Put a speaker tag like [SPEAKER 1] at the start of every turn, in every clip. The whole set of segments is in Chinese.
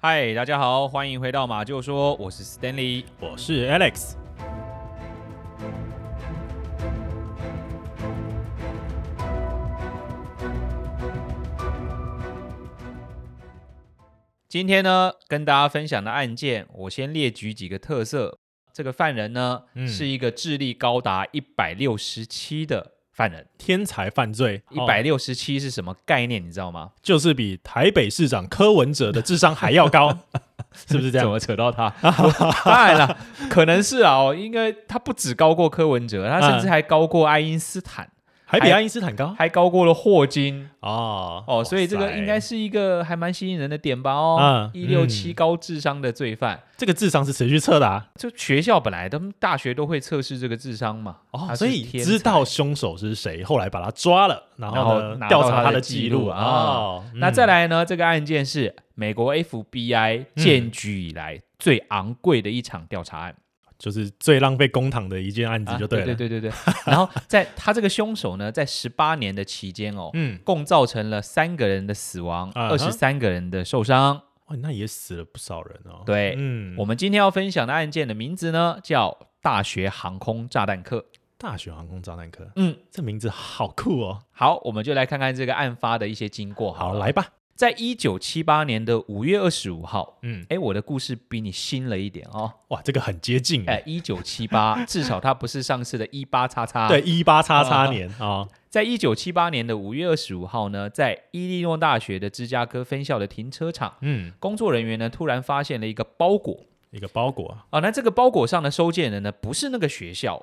[SPEAKER 1] 嗨，大家好，欢迎回到马就说，我是 Stanley。
[SPEAKER 2] 我是 Alex。
[SPEAKER 1] 今天呢，跟大家分享的案件，我先列举几个特色。这个犯人呢，
[SPEAKER 2] 嗯
[SPEAKER 1] 是一个智力高达一百六十七的犯人。
[SPEAKER 2] 天才犯罪，
[SPEAKER 1] 一百
[SPEAKER 2] 哦、
[SPEAKER 1] 六十七是什么概念？你知道吗？
[SPEAKER 2] 就是比台北市长柯文哲的智商还要 高，是不是这
[SPEAKER 1] 怎
[SPEAKER 2] 样？
[SPEAKER 1] 么扯到他？ 我当然了，可能是啊、哦，应该他不只高过柯文哲，
[SPEAKER 2] 嗯
[SPEAKER 1] 他甚至还高过爱因斯坦，
[SPEAKER 2] 还比爱因斯坦高
[SPEAKER 1] 还高过了霍金。
[SPEAKER 2] 哦
[SPEAKER 1] 哦，所以这
[SPEAKER 2] 哇
[SPEAKER 1] 个
[SPEAKER 2] 塞
[SPEAKER 1] 应该是一个还蛮吸引人的点吧？哦
[SPEAKER 2] 嗯，
[SPEAKER 1] 一六七
[SPEAKER 2] 嗯
[SPEAKER 1] 高智商的罪犯，
[SPEAKER 2] 这个智商是谁去测的啊？
[SPEAKER 1] 就学校本来他们大学都会测试这个智商嘛，他
[SPEAKER 2] 哦，
[SPEAKER 1] 是
[SPEAKER 2] 所以
[SPEAKER 1] 天
[SPEAKER 2] 知
[SPEAKER 1] 才
[SPEAKER 2] 道凶手是谁，后来把他抓了，然
[SPEAKER 1] 然后
[SPEAKER 2] 后
[SPEAKER 1] 拿
[SPEAKER 2] 呢
[SPEAKER 1] 到
[SPEAKER 2] 调查
[SPEAKER 1] 他的
[SPEAKER 2] 的
[SPEAKER 1] 记
[SPEAKER 2] 记
[SPEAKER 1] 录
[SPEAKER 2] 录
[SPEAKER 1] 啊
[SPEAKER 2] 哦
[SPEAKER 1] 那
[SPEAKER 2] 嗯
[SPEAKER 1] 再来呢？这个案件是美国 FBI
[SPEAKER 2] 嗯
[SPEAKER 1] 建举以来最昂贵的一场调查案，
[SPEAKER 2] 就是最浪费公堂的一件案子
[SPEAKER 1] 啊
[SPEAKER 2] 就
[SPEAKER 1] 对
[SPEAKER 2] 了。
[SPEAKER 1] 对对对对。 然后在他这个凶手呢，在十八年的期间哦，
[SPEAKER 2] 嗯，
[SPEAKER 1] 共造成了三个人的死亡，
[SPEAKER 2] 啊哈
[SPEAKER 1] 二十三个人的受伤。
[SPEAKER 2] 哇，那也死了不少人哦。
[SPEAKER 1] 对
[SPEAKER 2] 嗯，
[SPEAKER 1] 我们今天要分享的案件的名字呢，叫《大学航空炸弹客》。
[SPEAKER 2] 大学航空炸弹科，
[SPEAKER 1] 嗯，
[SPEAKER 2] 这名字好酷哦。
[SPEAKER 1] 好，我们就来看看这个案发的一些经过好
[SPEAKER 2] 好，
[SPEAKER 1] 了。
[SPEAKER 2] 来吧。
[SPEAKER 1] 在一九七八年的五月二十五号，
[SPEAKER 2] 嗯，
[SPEAKER 1] 哎，我的故事比你新了一点哦。
[SPEAKER 2] 哇，这个很接近哎
[SPEAKER 1] 哎，，一九七八，至少它不是上次的一八叉叉。
[SPEAKER 2] 对，，一八叉叉年啊，
[SPEAKER 1] 在一九七八年的五月二十五号呢，在伊利诺大学的芝加哥分校的停车场，
[SPEAKER 2] 嗯，
[SPEAKER 1] 工作人员呢突然发现了一个包裹
[SPEAKER 2] 一个包裹啊，
[SPEAKER 1] 啊，那这个包裹上的收件人呢不是那个学校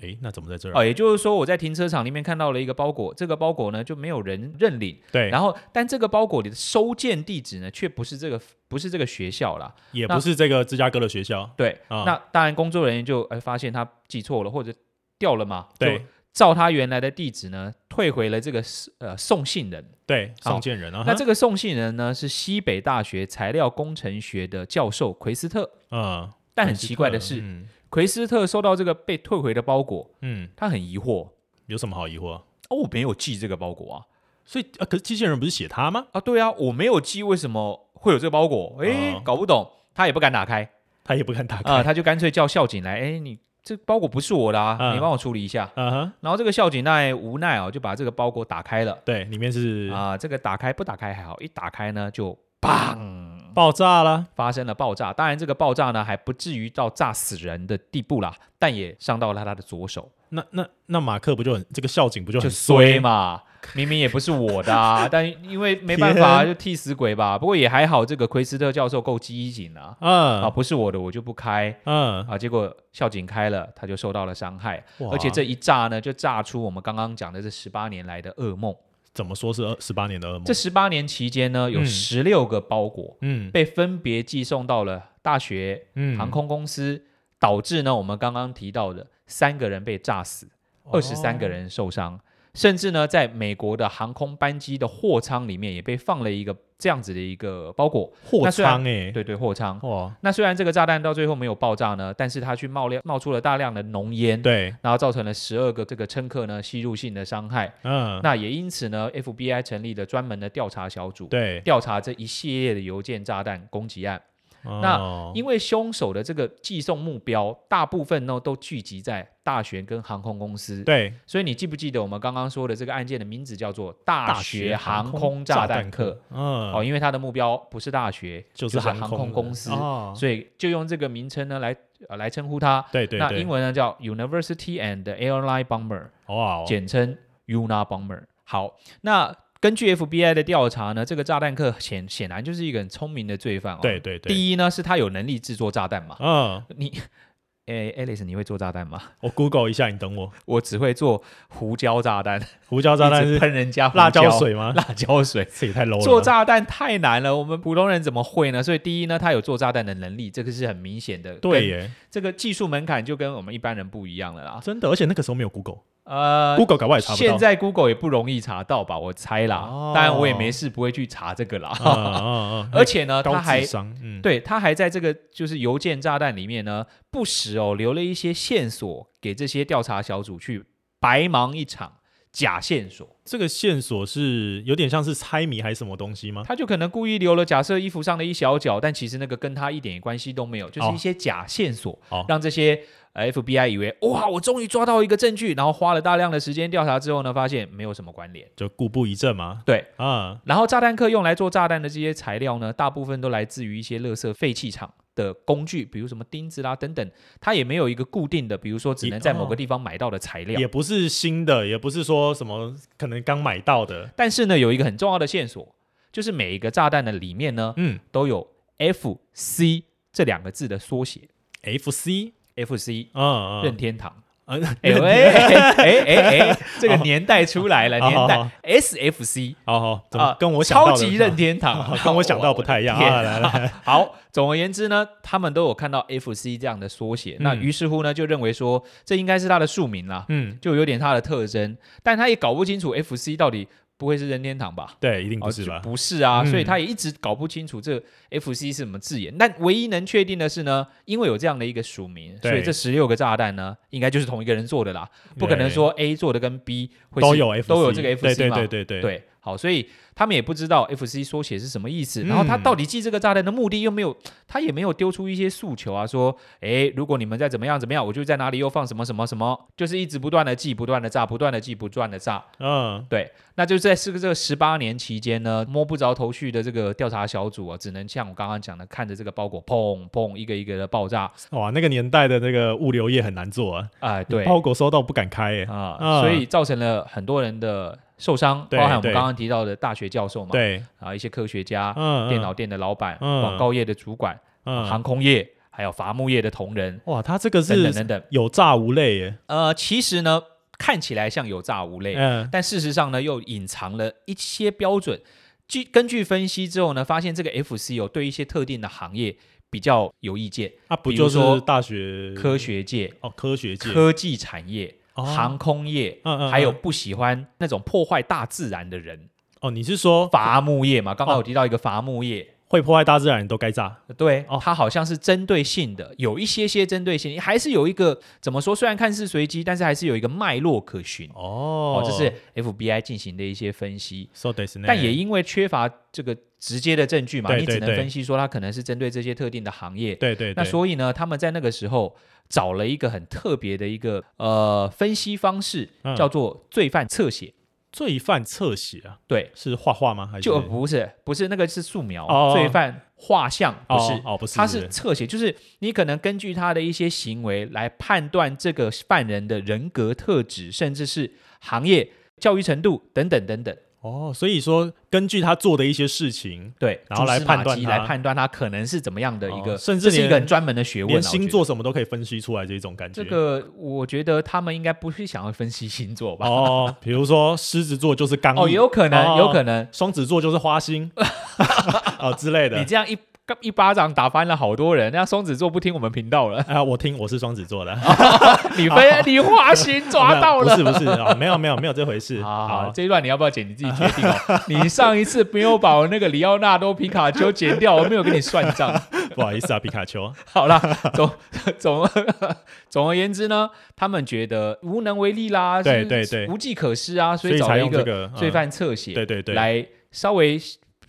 [SPEAKER 2] 诶，那怎么在这儿啊？
[SPEAKER 1] 哦，也就是说我在停车场里面看到了一个包裹，这个包裹呢就没有人认领，
[SPEAKER 2] 对，
[SPEAKER 1] 然后但这个包裹里的收件地址呢却不是这个不是这个学校啦，
[SPEAKER 2] 也
[SPEAKER 1] 那
[SPEAKER 2] 不是这个芝加哥的学校，
[SPEAKER 1] 对，
[SPEAKER 2] 啊
[SPEAKER 1] 那当然工作人员就呃发现他记错了或者掉了嘛，就
[SPEAKER 2] 对
[SPEAKER 1] 照他原来的地址呢，退回了这个呃送信人。
[SPEAKER 2] 对，
[SPEAKER 1] 好
[SPEAKER 2] 上建人啊哈，
[SPEAKER 1] 哦那这个送信人呢是西北大学材料工程学的教授奎斯特。
[SPEAKER 2] 嗯，
[SPEAKER 1] 但很奇怪的是，
[SPEAKER 2] 嗯
[SPEAKER 1] 奎斯特收到这个被退回的包裹，
[SPEAKER 2] 嗯，
[SPEAKER 1] 他很疑惑：
[SPEAKER 2] 有什么好疑惑啊？
[SPEAKER 1] 哦，我没有寄这个包裹啊！
[SPEAKER 2] 所以啊，可是机器人不是写他吗？
[SPEAKER 1] 啊，对啊，我没有寄，为什么会有这个包裹？诶，
[SPEAKER 2] 哦
[SPEAKER 1] 搞不懂，他也不敢打开
[SPEAKER 2] 他也不敢打
[SPEAKER 1] 啊、
[SPEAKER 2] 开，
[SPEAKER 1] 他就干脆叫校警来：诶，你这包裹不是我的啊，
[SPEAKER 2] 嗯
[SPEAKER 1] 你帮我处理一下。
[SPEAKER 2] 啊哈，
[SPEAKER 1] 然后这个校警那无奈哦，就把这个包裹打开了
[SPEAKER 2] 对，里面是
[SPEAKER 1] 啊、这个打开不打开还好，一打开呢就砰
[SPEAKER 2] 爆炸啦，
[SPEAKER 1] 发生了爆炸。当然，这个爆炸呢还不至于到炸死人的地步啦，但也伤到了他的左手，
[SPEAKER 2] 那那那马克不就很这个校警不就
[SPEAKER 1] 就
[SPEAKER 2] 很
[SPEAKER 1] 衰
[SPEAKER 2] 衰？
[SPEAKER 1] 嘛。明明也不是我的、啊，但因为没办法，
[SPEAKER 2] 天
[SPEAKER 1] 就替死鬼吧。不过也还好，这个奎斯特教授够机警啊，啊，
[SPEAKER 2] 嗯
[SPEAKER 1] 不是我的我就不开
[SPEAKER 2] 嗯，
[SPEAKER 1] 啊。结果校警开了，他就受到了伤害，
[SPEAKER 2] 哇
[SPEAKER 1] 而且这一炸呢，就炸出我们刚刚讲的这十八年来的噩梦。
[SPEAKER 2] 怎么说是二十八年的噩梦
[SPEAKER 1] 这？十八年期间呢，有
[SPEAKER 2] 哦嗯
[SPEAKER 1] 十六个包裹
[SPEAKER 2] 嗯
[SPEAKER 1] 被分别寄送到了大学、
[SPEAKER 2] 嗯
[SPEAKER 1] 航空公司，导致呢我们刚刚提到的三个人被炸死，二十三个，
[SPEAKER 2] 哦
[SPEAKER 1] 人受伤，甚至呢在美国的航空班机的货舱里面也被放了一个这样子的一个包裹，
[SPEAKER 2] 货
[SPEAKER 1] 那虽然
[SPEAKER 2] 仓哎，
[SPEAKER 1] 对对，货舱。
[SPEAKER 2] 哇，
[SPEAKER 1] 那虽然这个炸弹到最后没有爆炸呢，但是它去冒了冒出了大量的浓烟，
[SPEAKER 2] 对，
[SPEAKER 1] 然后造成了十二个这个乘客呢吸入性的伤害。
[SPEAKER 2] 嗯，
[SPEAKER 1] 那也因此呢，FBI 成立了专门的调查小组，
[SPEAKER 2] 对，
[SPEAKER 1] 调查这一系列的邮件炸弹攻击案。那
[SPEAKER 2] 那
[SPEAKER 1] 因为凶手的这个寄送目标，大部分呢都聚集在大学跟航空公司。
[SPEAKER 2] 对
[SPEAKER 1] 所以你记不记得我们刚刚说的这个案件的名字叫做“大学航空
[SPEAKER 2] 空
[SPEAKER 1] 炸
[SPEAKER 2] 弹
[SPEAKER 1] 弹客”？，
[SPEAKER 2] 嗯，
[SPEAKER 1] 哦，因为它的目标不是大学，
[SPEAKER 2] 就是是
[SPEAKER 1] 航
[SPEAKER 2] 航
[SPEAKER 1] 空
[SPEAKER 2] 空
[SPEAKER 1] 公司
[SPEAKER 2] 哦
[SPEAKER 1] 所以就用这个名称呢来呃来称呼它。
[SPEAKER 2] 对对
[SPEAKER 1] 那
[SPEAKER 2] 对
[SPEAKER 1] 英文呢叫 University and Airline Bomber。
[SPEAKER 2] 哇哦，
[SPEAKER 1] 简称 UNA Bomber。好，那根据 FBI 的调查呢，这个炸弹客显显然就是一个很聪明的罪犯哦。
[SPEAKER 2] 对，对对，
[SPEAKER 1] 第一呢是他有能力制作炸弹嘛。
[SPEAKER 2] 嗯，
[SPEAKER 1] 你，诶 a l i c e 你会做炸弹吗？
[SPEAKER 2] 我 Google 一下，你等我。
[SPEAKER 1] 我只会做胡椒炸弹，
[SPEAKER 2] 胡椒炸弹
[SPEAKER 1] 一直
[SPEAKER 2] 是
[SPEAKER 1] 喷人家胡
[SPEAKER 2] 辣椒、水吗？
[SPEAKER 1] 辣椒 水。
[SPEAKER 2] 这也太 low 了。
[SPEAKER 1] 做炸弹太难了，我们普通人怎么会呢？所以第一呢，他有做炸弹的能力，这个是很明显的。跟，
[SPEAKER 2] 对耶，
[SPEAKER 1] 这个技术门槛就跟我们一般人不一样了啦。
[SPEAKER 2] 真的，而且那个时候没有 Google，Google
[SPEAKER 1] 呃，
[SPEAKER 2] 搞不好也查不到。
[SPEAKER 1] 现在 Google 也不容易查到吧？我猜啦，
[SPEAKER 2] 哦
[SPEAKER 1] 当然我也没事不会去查这个啦。
[SPEAKER 2] 嗯嗯嗯，
[SPEAKER 1] 而且呢，他
[SPEAKER 2] 高
[SPEAKER 1] 啊呃还
[SPEAKER 2] 智商，嗯，
[SPEAKER 1] 对他还在这个就是邮件炸弹里面呢，不时哦留了一些线索给这些调查小组去白忙一场，假线索，
[SPEAKER 2] 这个线索是有点像是猜谜还是什么东西吗？
[SPEAKER 1] 他就可能故意留了假设衣服上的一小角，但其实那个跟他一点关系都没有，就是
[SPEAKER 2] 哦
[SPEAKER 1] 一些假线索，
[SPEAKER 2] 哦
[SPEAKER 1] 让这些呃 FBI 以为哇，我终于抓到一个证据，然后花了大量的时间调查之后呢，发现没有什么关联。
[SPEAKER 2] 就故布疑阵嘛。
[SPEAKER 1] 对，
[SPEAKER 2] 啊，
[SPEAKER 1] 然后炸弹客用来做炸弹的这些材料呢，大部分都来自于一些垃圾废弃场的工具，比如什么钉子啦等等，它也没有一个固定的，比如说只能在某个地方买到的材料。
[SPEAKER 2] 哦也不是新的，也不是说什么可能刚买到的。
[SPEAKER 1] 但是呢，有一个很重要的线索，就是每一个炸弹的里面呢
[SPEAKER 2] 嗯
[SPEAKER 1] 都有 F C 这两个字的缩写
[SPEAKER 2] ，FC，
[SPEAKER 1] ，F C
[SPEAKER 2] 嗯
[SPEAKER 1] 任
[SPEAKER 2] 嗯
[SPEAKER 1] 天堂。
[SPEAKER 2] 嗯，
[SPEAKER 1] 哎
[SPEAKER 2] 任
[SPEAKER 1] 喂，哎哎哎，这个年代出来了，
[SPEAKER 2] 哦
[SPEAKER 1] 年
[SPEAKER 2] 哦
[SPEAKER 1] 代 S F C
[SPEAKER 2] 好好，怎么
[SPEAKER 1] 啊
[SPEAKER 2] 跟我想到
[SPEAKER 1] 超
[SPEAKER 2] 的
[SPEAKER 1] 级任天堂
[SPEAKER 2] 啊， 跟我想到不太一 样
[SPEAKER 1] 天
[SPEAKER 2] 啊！来来来，
[SPEAKER 1] 好，总而言之呢，他们都有看到 FC 这样的缩写，那
[SPEAKER 2] 嗯
[SPEAKER 1] 于是乎呢，就认为说这应该是它的署名啦，
[SPEAKER 2] 嗯，
[SPEAKER 1] 就有点它的特征，但他也搞不清楚 FC 到底不会是任天堂吧？
[SPEAKER 2] 对，一定
[SPEAKER 1] 哦
[SPEAKER 2] 不是吧？
[SPEAKER 1] 不是啊，
[SPEAKER 2] 嗯
[SPEAKER 1] 所以他也一直搞不清楚这 FC 是什么字眼。但唯一能确定的是呢，因为有这样的一个署名，
[SPEAKER 2] 对
[SPEAKER 1] 所以这十六个炸弹呢，应该就是同一个人做的啦，不可能
[SPEAKER 2] 对
[SPEAKER 1] 说 A 做的跟 B 哦 会是
[SPEAKER 2] 都有 FC，
[SPEAKER 1] 都有这个 FC
[SPEAKER 2] 对对
[SPEAKER 1] 嘛
[SPEAKER 2] 对对对
[SPEAKER 1] 对，好，所以他们也不知道 FC 缩写是什么意思，然后他
[SPEAKER 2] 嗯
[SPEAKER 1] 到底寄这个炸弹的目的又没有，他也没有丢出一些诉求啊，说，诶，如果你们再怎么样怎么样，我就在哪里又放什么什么什么，就是一直不断的寄，不断的炸，不断的寄，不断的炸。
[SPEAKER 2] 嗯，
[SPEAKER 1] 对，那就在这个这十八年期间呢，摸不着头绪的这个调查小组啊，只能像我刚刚讲的，看着这个包裹砰砰一个一个的爆炸，
[SPEAKER 2] 哇，那个年代的那个物流业很难做啊，
[SPEAKER 1] 哎、对，
[SPEAKER 2] 包裹收到不敢开耶。
[SPEAKER 1] 啊、
[SPEAKER 2] 啊
[SPEAKER 1] 所以造成了很多人的受伤，
[SPEAKER 2] 对
[SPEAKER 1] 包含我们
[SPEAKER 2] 对
[SPEAKER 1] 刚刚提到的大学教授嘛，
[SPEAKER 2] 对，
[SPEAKER 1] 啊，一些科学家、
[SPEAKER 2] 嗯，
[SPEAKER 1] 电脑店的老板、
[SPEAKER 2] 嗯
[SPEAKER 1] 广告业的主管、
[SPEAKER 2] 嗯，嗯，
[SPEAKER 1] 航空业，还有伐木业的同仁
[SPEAKER 2] 哇，他这个
[SPEAKER 1] 等等
[SPEAKER 2] 是
[SPEAKER 1] 等等。
[SPEAKER 2] 有炸无类耶。
[SPEAKER 1] 呃，其实呢，看起来像有诈无类，
[SPEAKER 2] 嗯，
[SPEAKER 1] 但事实上呢，又隐藏了一些标准。据根据分析之后呢，发现这个 FC 有对一些特定的行业比较有意见，
[SPEAKER 2] 啊，不
[SPEAKER 1] 比如
[SPEAKER 2] 就
[SPEAKER 1] 说
[SPEAKER 2] 是大学
[SPEAKER 1] 科学界、
[SPEAKER 2] 哦，科学界
[SPEAKER 1] 科技产业、
[SPEAKER 2] 哦
[SPEAKER 1] 航空业，
[SPEAKER 2] 嗯嗯
[SPEAKER 1] 还有
[SPEAKER 2] 嗯
[SPEAKER 1] 不喜欢那种破坏大自然的人，
[SPEAKER 2] 哦，你是说
[SPEAKER 1] 伐木业嘛。刚刚有提到一个伐木业，
[SPEAKER 2] 会破坏大自然都该炸？
[SPEAKER 1] 对，
[SPEAKER 2] 哦
[SPEAKER 1] 它好像是针对性的，有一些些针对性，还是有一个怎么说？虽然看似随机，但是还是有一个脉络可循。
[SPEAKER 2] 哦
[SPEAKER 1] 哦，这是 FBI 进行的一些分析。
[SPEAKER 2] so t h i
[SPEAKER 1] 但也因为缺乏这个直接的证据嘛，
[SPEAKER 2] 对
[SPEAKER 1] 你只
[SPEAKER 2] 对
[SPEAKER 1] 能
[SPEAKER 2] 对
[SPEAKER 1] 分析说它可能是针对这些特定的行业。
[SPEAKER 2] 对对对，
[SPEAKER 1] 那所以呢，他们在那个时候找了一个很特别的一个呃分析方式，
[SPEAKER 2] 嗯
[SPEAKER 1] 叫做罪犯侧写。
[SPEAKER 2] 罪犯侧写啊，
[SPEAKER 1] 对，
[SPEAKER 2] 是画画吗？还是
[SPEAKER 1] 就不是不是那个是素描，
[SPEAKER 2] 哦
[SPEAKER 1] 罪犯画像呃不是。
[SPEAKER 2] 哦哦不是，
[SPEAKER 1] 它是侧写，就是你可能根据他的一些行为来判断这个犯人的人格特质，甚至是行业、教育程度等等等等。
[SPEAKER 2] 哦，所以说根据他做的一些事情，
[SPEAKER 1] 对，
[SPEAKER 2] 然后来
[SPEAKER 1] 蛛丝马
[SPEAKER 2] 判断
[SPEAKER 1] 迹
[SPEAKER 2] 它
[SPEAKER 1] 来判断它可能是怎么样的一个，
[SPEAKER 2] 哦甚至
[SPEAKER 1] 这是一个
[SPEAKER 2] 连
[SPEAKER 1] 很专门的学问啊。
[SPEAKER 2] 连
[SPEAKER 1] 我觉
[SPEAKER 2] 星
[SPEAKER 1] 得
[SPEAKER 2] 座什么都可以分析出来，这种感觉。
[SPEAKER 1] 这个，我觉得他们应该不是想要分析星座吧？
[SPEAKER 2] 哦，比如说狮子座就是刚毅，
[SPEAKER 1] 哦，有可能，
[SPEAKER 2] 哦
[SPEAKER 1] 有可能，
[SPEAKER 2] 双子座就是 花心，哦之类的
[SPEAKER 1] 你。这样一一巴掌打翻了好多人，那双子座不听我们频道 了，
[SPEAKER 2] 啊，我听我是双子座的，
[SPEAKER 1] 你分你花心 抓到了
[SPEAKER 2] 没。有不是不是啊，没有没有没有这回事。 啊
[SPEAKER 1] 好好好，
[SPEAKER 2] 好，
[SPEAKER 1] 这一段你要不要剪？你自己决定 哦。你上一次没有把我那个里奥纳多皮卡丘剪掉，我没有跟你算账。
[SPEAKER 2] 不好意思啊，皮卡丘。
[SPEAKER 1] 好啦，总总 总而言之呢，他们觉得无能为力啦，
[SPEAKER 2] 对
[SPEAKER 1] 是
[SPEAKER 2] 对对
[SPEAKER 1] 无计可施啊，所
[SPEAKER 2] 所以
[SPEAKER 1] 找
[SPEAKER 2] 才
[SPEAKER 1] 了一
[SPEAKER 2] 用这
[SPEAKER 1] 个
[SPEAKER 2] 个
[SPEAKER 1] 罪
[SPEAKER 2] 嗯
[SPEAKER 1] 犯侧写，
[SPEAKER 2] 对对对
[SPEAKER 1] 来稍微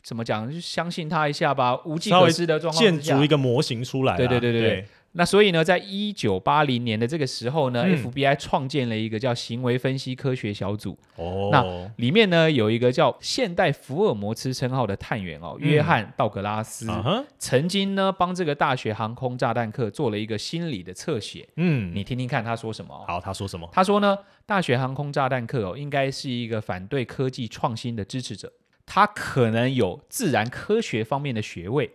[SPEAKER 1] 怎么讲，就相信他一下吧，无计
[SPEAKER 2] 稍
[SPEAKER 1] 可
[SPEAKER 2] 微
[SPEAKER 1] 施的状况
[SPEAKER 2] 建
[SPEAKER 1] 之下
[SPEAKER 2] 筑一。个模型出来啦。啊
[SPEAKER 1] 对对对对
[SPEAKER 2] 对
[SPEAKER 1] 对那所以呢，在一九八零年的这个时候呢、
[SPEAKER 2] 嗯
[SPEAKER 1] f b i 创建了一个叫行为分析科学小组，
[SPEAKER 2] 哦，
[SPEAKER 1] 那里面呢有一个叫现代福尔摩斯称号的探员哦，
[SPEAKER 2] 嗯
[SPEAKER 1] 约翰·道格拉斯，
[SPEAKER 2] 啊哈，
[SPEAKER 1] 曾经呢帮这个大学航空炸弹客做了一个心理的侧写。
[SPEAKER 2] 嗯，
[SPEAKER 1] 你听听看他说什么、哦。
[SPEAKER 2] 好，他说什么？
[SPEAKER 1] 他说呢，大学航空炸弹客哦，应该是一个反对科技创新的支持者。他可能有自然科学方面的学位，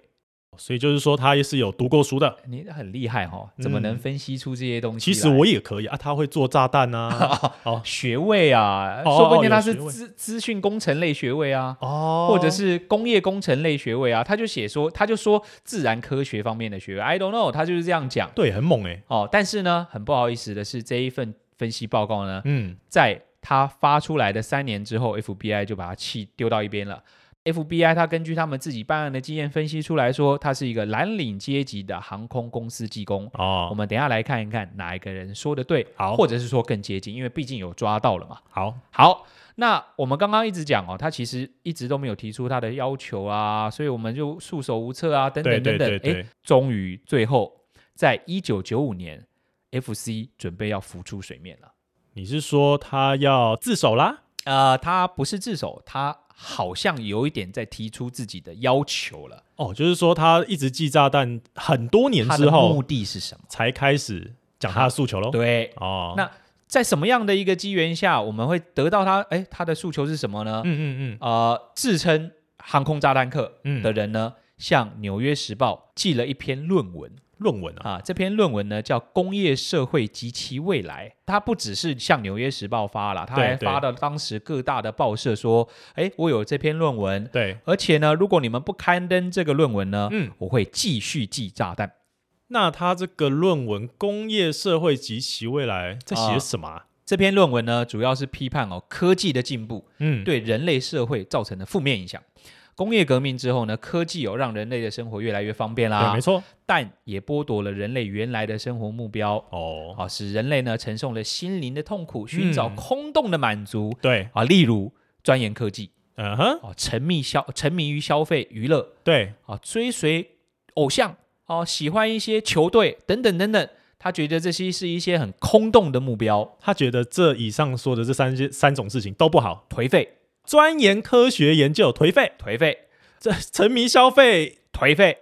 [SPEAKER 2] 所以就是说他也是有读过书的。
[SPEAKER 1] 你很厉害哈、哦，怎么能分析出这些东西
[SPEAKER 2] 嗯其
[SPEAKER 1] 来？
[SPEAKER 2] 实我也可以啊，他会做炸 弹啊，哦
[SPEAKER 1] 学位啊，
[SPEAKER 2] 哦
[SPEAKER 1] 说不定
[SPEAKER 2] 有
[SPEAKER 1] 他是
[SPEAKER 2] 学位
[SPEAKER 1] 资资讯工程类学位啊，
[SPEAKER 2] 哦，
[SPEAKER 1] 或者是工业工程类学位啊。他就写说，他就说自然科学方面的学位，I don't know，他就是这样讲
[SPEAKER 2] 对，很猛哎、
[SPEAKER 1] 哦。但是呢，很不好意思的是，这一份分析报告呢，
[SPEAKER 2] 嗯，
[SPEAKER 1] 在他发出来的三年之后，FBI 就把他气丢到一边了。 FBI 它根据他们自己办案的经验分析出来说，它是一个蓝领阶级的航空公司技工。我
[SPEAKER 2] 哦，
[SPEAKER 1] 们等一下来看一看哪一个人说的对，
[SPEAKER 2] 好
[SPEAKER 1] 或者是说更接近，因为毕竟有抓到了嘛。
[SPEAKER 2] 好，
[SPEAKER 1] 好，那我们刚刚一直讲哦，他其实一直都没有提出他的要求啊，所以我们就束手无策啊，等
[SPEAKER 2] 对
[SPEAKER 1] 等等等。
[SPEAKER 2] 对对
[SPEAKER 1] 诶，
[SPEAKER 2] 对，
[SPEAKER 1] 终于最后在一九九五年，FC 准备要浮出水面了。
[SPEAKER 2] 你是说他要自首啦？
[SPEAKER 1] 呃，他不是自首，他好像有一点在提出自己的要求了。
[SPEAKER 2] 哦，就是说他一直寄炸弹很多年
[SPEAKER 1] 他
[SPEAKER 2] 之
[SPEAKER 1] 的目
[SPEAKER 2] 后
[SPEAKER 1] 的是什么？
[SPEAKER 2] 才开始讲他的诉求喽？
[SPEAKER 1] 对，
[SPEAKER 2] 哦，
[SPEAKER 1] 那在什么样的一个机缘下，我们会得到他？哎，他的诉求是什么呢？
[SPEAKER 2] 嗯嗯
[SPEAKER 1] 呃，自称航空炸弹客
[SPEAKER 2] 嗯
[SPEAKER 1] 的
[SPEAKER 2] 嗯，
[SPEAKER 1] 人呢，向《纽约时报》寄了一篇论文
[SPEAKER 2] 论文啊，
[SPEAKER 1] 啊。这篇论文呢叫《工业社会及其未来》，它不只是向《纽约时报》发了，它
[SPEAKER 2] 对
[SPEAKER 1] 还
[SPEAKER 2] 对
[SPEAKER 1] 发到当时各大的报社说：“哎，我有这篇论文，
[SPEAKER 2] 对，
[SPEAKER 1] 而且呢，如果你们不刊登这个论文呢，
[SPEAKER 2] 嗯，
[SPEAKER 1] 我会继续寄炸弹。”
[SPEAKER 2] 那他这个论文《工业社会及其未来》在写什么啊？
[SPEAKER 1] 这篇论文呢，主要是批判哦科技的进步
[SPEAKER 2] 嗯，
[SPEAKER 1] 对人类社会造成的负面影响。工业革命之后呢，科技有让人类的生活越来越方便
[SPEAKER 2] 对，
[SPEAKER 1] 啦
[SPEAKER 2] 没，错。
[SPEAKER 1] 但也剥夺了人类原来的生活目标，
[SPEAKER 2] 哦，
[SPEAKER 1] 啊，使人类呢承受了心灵的痛苦，寻找
[SPEAKER 2] 嗯
[SPEAKER 1] 空洞的满足、
[SPEAKER 2] 对，
[SPEAKER 1] 啊，例如钻研科技
[SPEAKER 2] 嗯哼，
[SPEAKER 1] 啊，沉迷消沉迷于消费娱乐
[SPEAKER 2] 对，
[SPEAKER 1] 啊，追随偶像啊，喜欢一些球队等等等等，他觉得这些是一些很空洞的目标，
[SPEAKER 2] 他觉得这以上说的这三件三种事情都不好，
[SPEAKER 1] 颓废、
[SPEAKER 2] 钻研科学研究颓废，
[SPEAKER 1] 颓废、
[SPEAKER 2] 这沉迷消费，
[SPEAKER 1] 颓废、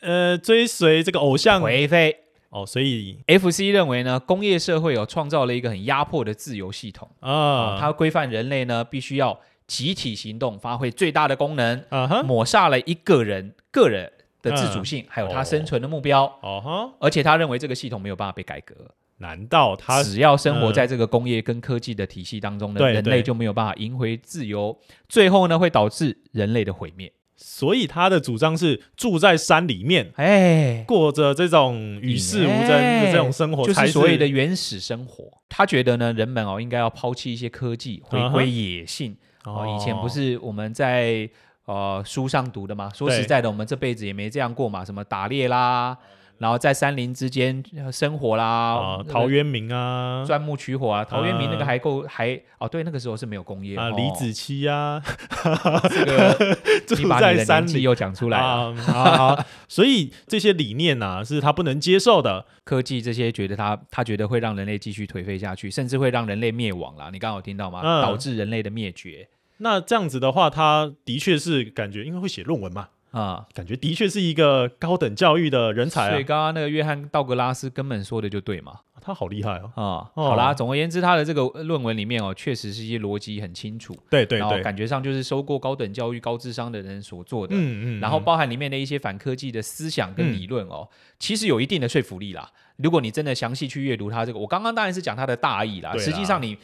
[SPEAKER 2] 呃，追随这个偶像，
[SPEAKER 1] 颓废。
[SPEAKER 2] 哦，所以
[SPEAKER 1] FC 认为呢，工业社会有创造了一个很压迫的自由系统啊，
[SPEAKER 2] 啊，
[SPEAKER 1] 它规范人类呢必须要集体行动，发挥最大的功能。
[SPEAKER 2] 啊哈，
[SPEAKER 1] 抹煞了一个人个人的自主性，还有他生存的目标。
[SPEAKER 2] 嗯哦哈，
[SPEAKER 1] 而且他认为这个系统没有办法被改革，
[SPEAKER 2] 难道他
[SPEAKER 1] 只要生活在这个工业跟科技的体系当中呢，
[SPEAKER 2] 嗯对
[SPEAKER 1] 人
[SPEAKER 2] 对
[SPEAKER 1] 类就没有办法赢回自由，最后呢会导致人类的毁灭。
[SPEAKER 2] 所以他的主张是住在山里面，
[SPEAKER 1] 哎，
[SPEAKER 2] 过着这种与世无争的这种生活，
[SPEAKER 1] 就
[SPEAKER 2] 才
[SPEAKER 1] 是所谓的原始生活。他觉得呢，人们哦应该要抛弃一些科技，回
[SPEAKER 2] 嗯哼
[SPEAKER 1] 归野性。哦，以前不是我们在呃书上读的吗？说实
[SPEAKER 2] 对
[SPEAKER 1] 在的，我们这辈子也没这样过嘛，什么打猎啦，然后在山林之间呃生活啦
[SPEAKER 2] 啊，，
[SPEAKER 1] 那个
[SPEAKER 2] 陶渊明啊，
[SPEAKER 1] 钻木取火啊，陶渊明那个
[SPEAKER 2] 嗯
[SPEAKER 1] 还够还哦，对，那个时候是没有工业
[SPEAKER 2] 啊，
[SPEAKER 1] 哦
[SPEAKER 2] 李子 柒啊，
[SPEAKER 1] 这个你
[SPEAKER 2] 住
[SPEAKER 1] 把你
[SPEAKER 2] 在
[SPEAKER 1] 的年
[SPEAKER 2] 山
[SPEAKER 1] 纪
[SPEAKER 2] 里。
[SPEAKER 1] 又讲出来了，
[SPEAKER 2] 啊，好好，所以这些理念呐、啊、是他不能接受的。
[SPEAKER 1] 科技这些觉得他他觉得会让人类继续颓废下去，甚至会让人类灭亡啦。你刚刚有听到吗？
[SPEAKER 2] 嗯
[SPEAKER 1] 导致人类的灭绝
[SPEAKER 2] 那这样子的话，他的确是感觉，因为会写论文嘛，
[SPEAKER 1] 啊。
[SPEAKER 2] 感觉的确是一个高等教育的人才
[SPEAKER 1] 所以
[SPEAKER 2] 啊，
[SPEAKER 1] 刚刚那个约翰道格拉斯根本说的就对嘛。
[SPEAKER 2] 他好厉害哦。
[SPEAKER 1] 啊、
[SPEAKER 2] 哦
[SPEAKER 1] 好啦，总而言之，他的这个呃论文里面哦，确实是一些逻辑很清楚，
[SPEAKER 2] 对对
[SPEAKER 1] 然后
[SPEAKER 2] 对，
[SPEAKER 1] 感觉上就是受过高等教育、高智商的人所做的。
[SPEAKER 2] 嗯嗯，
[SPEAKER 1] 然后
[SPEAKER 2] 嗯
[SPEAKER 1] 包含里面的一些反科技的思想跟理论哦，其实有一定的说服力啦。如果你真的详细去阅读它这个，我刚刚当然是讲它的大意啦，
[SPEAKER 2] 对啦
[SPEAKER 1] 实际上你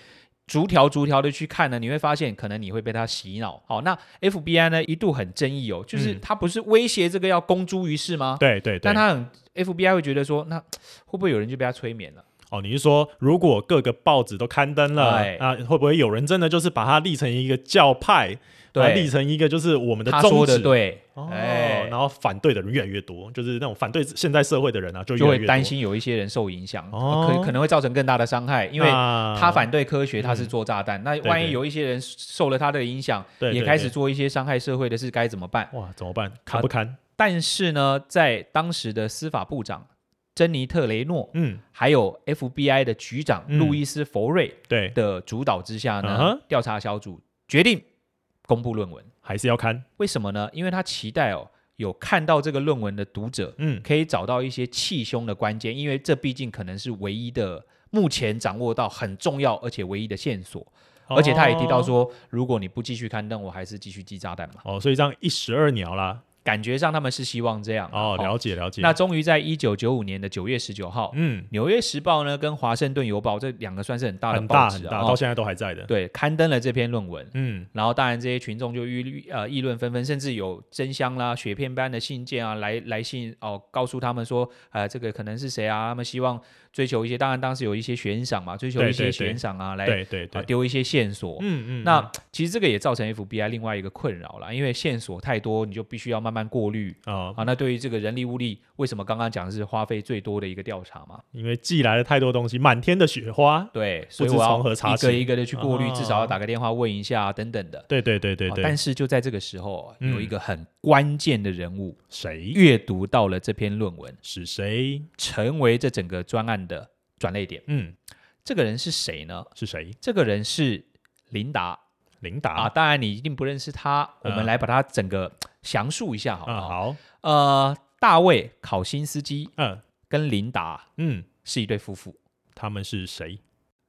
[SPEAKER 1] 逐条逐条的去看呢，你会发现可能你会被它洗脑。好，那 FBI 呢一度很争议哦，就是
[SPEAKER 2] 嗯
[SPEAKER 1] 它不是威胁这个要公诸于世吗？
[SPEAKER 2] 对对对，
[SPEAKER 1] 但他很 FBI 会觉得说，那会不会有人就被他催眠了？
[SPEAKER 2] 哦，你是说如果各个报纸都刊登了
[SPEAKER 1] 哎
[SPEAKER 2] 啊，会不会有人真的就是把它立成一个教派，啊
[SPEAKER 1] 对，
[SPEAKER 2] 立成一个就是我们的
[SPEAKER 1] 他
[SPEAKER 2] 宗
[SPEAKER 1] 说的
[SPEAKER 2] 旨？
[SPEAKER 1] 对，
[SPEAKER 2] 哦，
[SPEAKER 1] 哎
[SPEAKER 2] 然后反对的人越来越多，就是那种反对现在社会的人啊，就越
[SPEAKER 1] 就
[SPEAKER 2] 来
[SPEAKER 1] 会
[SPEAKER 2] 越多
[SPEAKER 1] 担，心有一些人受影响，呃
[SPEAKER 2] 哦
[SPEAKER 1] 可可能会造成更大的伤害，因为他
[SPEAKER 2] 他
[SPEAKER 1] 反对科学，他是做炸弹。那
[SPEAKER 2] 嗯对
[SPEAKER 1] 万一
[SPEAKER 2] 对
[SPEAKER 1] 有一些人受了他的影响，
[SPEAKER 2] 对
[SPEAKER 1] 也
[SPEAKER 2] 对
[SPEAKER 1] 开始
[SPEAKER 2] 对
[SPEAKER 1] 做一些伤害社会的事，该怎么办？
[SPEAKER 2] 哇怎么办？堪不堪？
[SPEAKER 1] 但是呢，在当时的司法部长珍妮特·雷诺，
[SPEAKER 2] 嗯，
[SPEAKER 1] 还有 FBI 的局长
[SPEAKER 2] 嗯
[SPEAKER 1] 路易斯·佛瑞
[SPEAKER 2] 对，
[SPEAKER 1] 的主导之下呢
[SPEAKER 2] 嗯哼
[SPEAKER 1] 调查小组决定公布论文。
[SPEAKER 2] 还是要堪。
[SPEAKER 1] 为什么呢？因为他期待哦，有看到这个论文的读者
[SPEAKER 2] 嗯，
[SPEAKER 1] 可以找到一些气胸的关键，因为这毕竟可能是唯一的目前掌握到很重要而且唯一的线索。
[SPEAKER 2] 哦
[SPEAKER 1] 而且他也提到说，如果你不继续刊登，我还是继续寄炸弹嘛。
[SPEAKER 2] 嗯哦，哦，所以这样一石二鸟啦。
[SPEAKER 1] 感觉上他们是希望这样啊
[SPEAKER 2] 哦，
[SPEAKER 1] 好
[SPEAKER 2] 了解了解。
[SPEAKER 1] 那终于在一九九五年的九月十九号，
[SPEAKER 2] 嗯，
[SPEAKER 1] 纽约时报》呢跟《华盛顿邮报》这两个算是很大的
[SPEAKER 2] 很
[SPEAKER 1] 报
[SPEAKER 2] 大
[SPEAKER 1] 纸
[SPEAKER 2] 很
[SPEAKER 1] 啊
[SPEAKER 2] 大，
[SPEAKER 1] 哦
[SPEAKER 2] 到现在都还在的。
[SPEAKER 1] 对，刊登了这篇论文。
[SPEAKER 2] 嗯，
[SPEAKER 1] 然后，当然，这些群众就议呃议论纷纷，甚至有真香啦、雪片般的信件啊，来来信哦，告诉他们说，呃，这个可能是谁啊？他们希望追求一些，当然当时有一些悬赏嘛，追求
[SPEAKER 2] 对
[SPEAKER 1] 一些
[SPEAKER 2] 对对
[SPEAKER 1] 悬赏啊，来
[SPEAKER 2] 对对
[SPEAKER 1] 啊
[SPEAKER 2] 对，
[SPEAKER 1] 丢一些线索。
[SPEAKER 2] 嗯嗯，
[SPEAKER 1] 那其实这个也造成 FBI 另外一个困扰啦，因为线索太多，你就必须要慢慢过滤
[SPEAKER 2] 嗯啊，
[SPEAKER 1] 啊。那对于这个人力物力，为什么刚刚讲的是花费最多的一个调查嘛？
[SPEAKER 2] 因为寄来了太多东西，满天的雪花。
[SPEAKER 1] 对，所以
[SPEAKER 2] 知
[SPEAKER 1] 我要
[SPEAKER 2] 从何查
[SPEAKER 1] 一个
[SPEAKER 2] 起
[SPEAKER 1] 一个的去过滤，至少要
[SPEAKER 2] 啊
[SPEAKER 1] 打个电话问一下、啊、等等的。
[SPEAKER 2] 对对对对
[SPEAKER 1] 啊
[SPEAKER 2] 对，
[SPEAKER 1] 但是就在这个时候，啊
[SPEAKER 2] 嗯
[SPEAKER 1] 有一个很关键的人物
[SPEAKER 2] 谁
[SPEAKER 1] 阅读到了这篇论文，
[SPEAKER 2] 是谁？
[SPEAKER 1] 成为这整个专案的转捩点。
[SPEAKER 2] 嗯，
[SPEAKER 1] 这个人是谁呢？
[SPEAKER 2] 是谁？
[SPEAKER 1] 这个人是琳达
[SPEAKER 2] 琳
[SPEAKER 1] 啊
[SPEAKER 2] 达
[SPEAKER 1] 当然你一定不认识他，我们
[SPEAKER 2] 嗯
[SPEAKER 1] 来把他整个详述一下好
[SPEAKER 2] 啊，
[SPEAKER 1] 了。
[SPEAKER 2] 好，
[SPEAKER 1] 呃，大卫考辛斯基
[SPEAKER 2] 嗯
[SPEAKER 1] 跟琳达
[SPEAKER 2] 嗯，
[SPEAKER 1] 是一对夫妇，
[SPEAKER 2] 他们 是谁？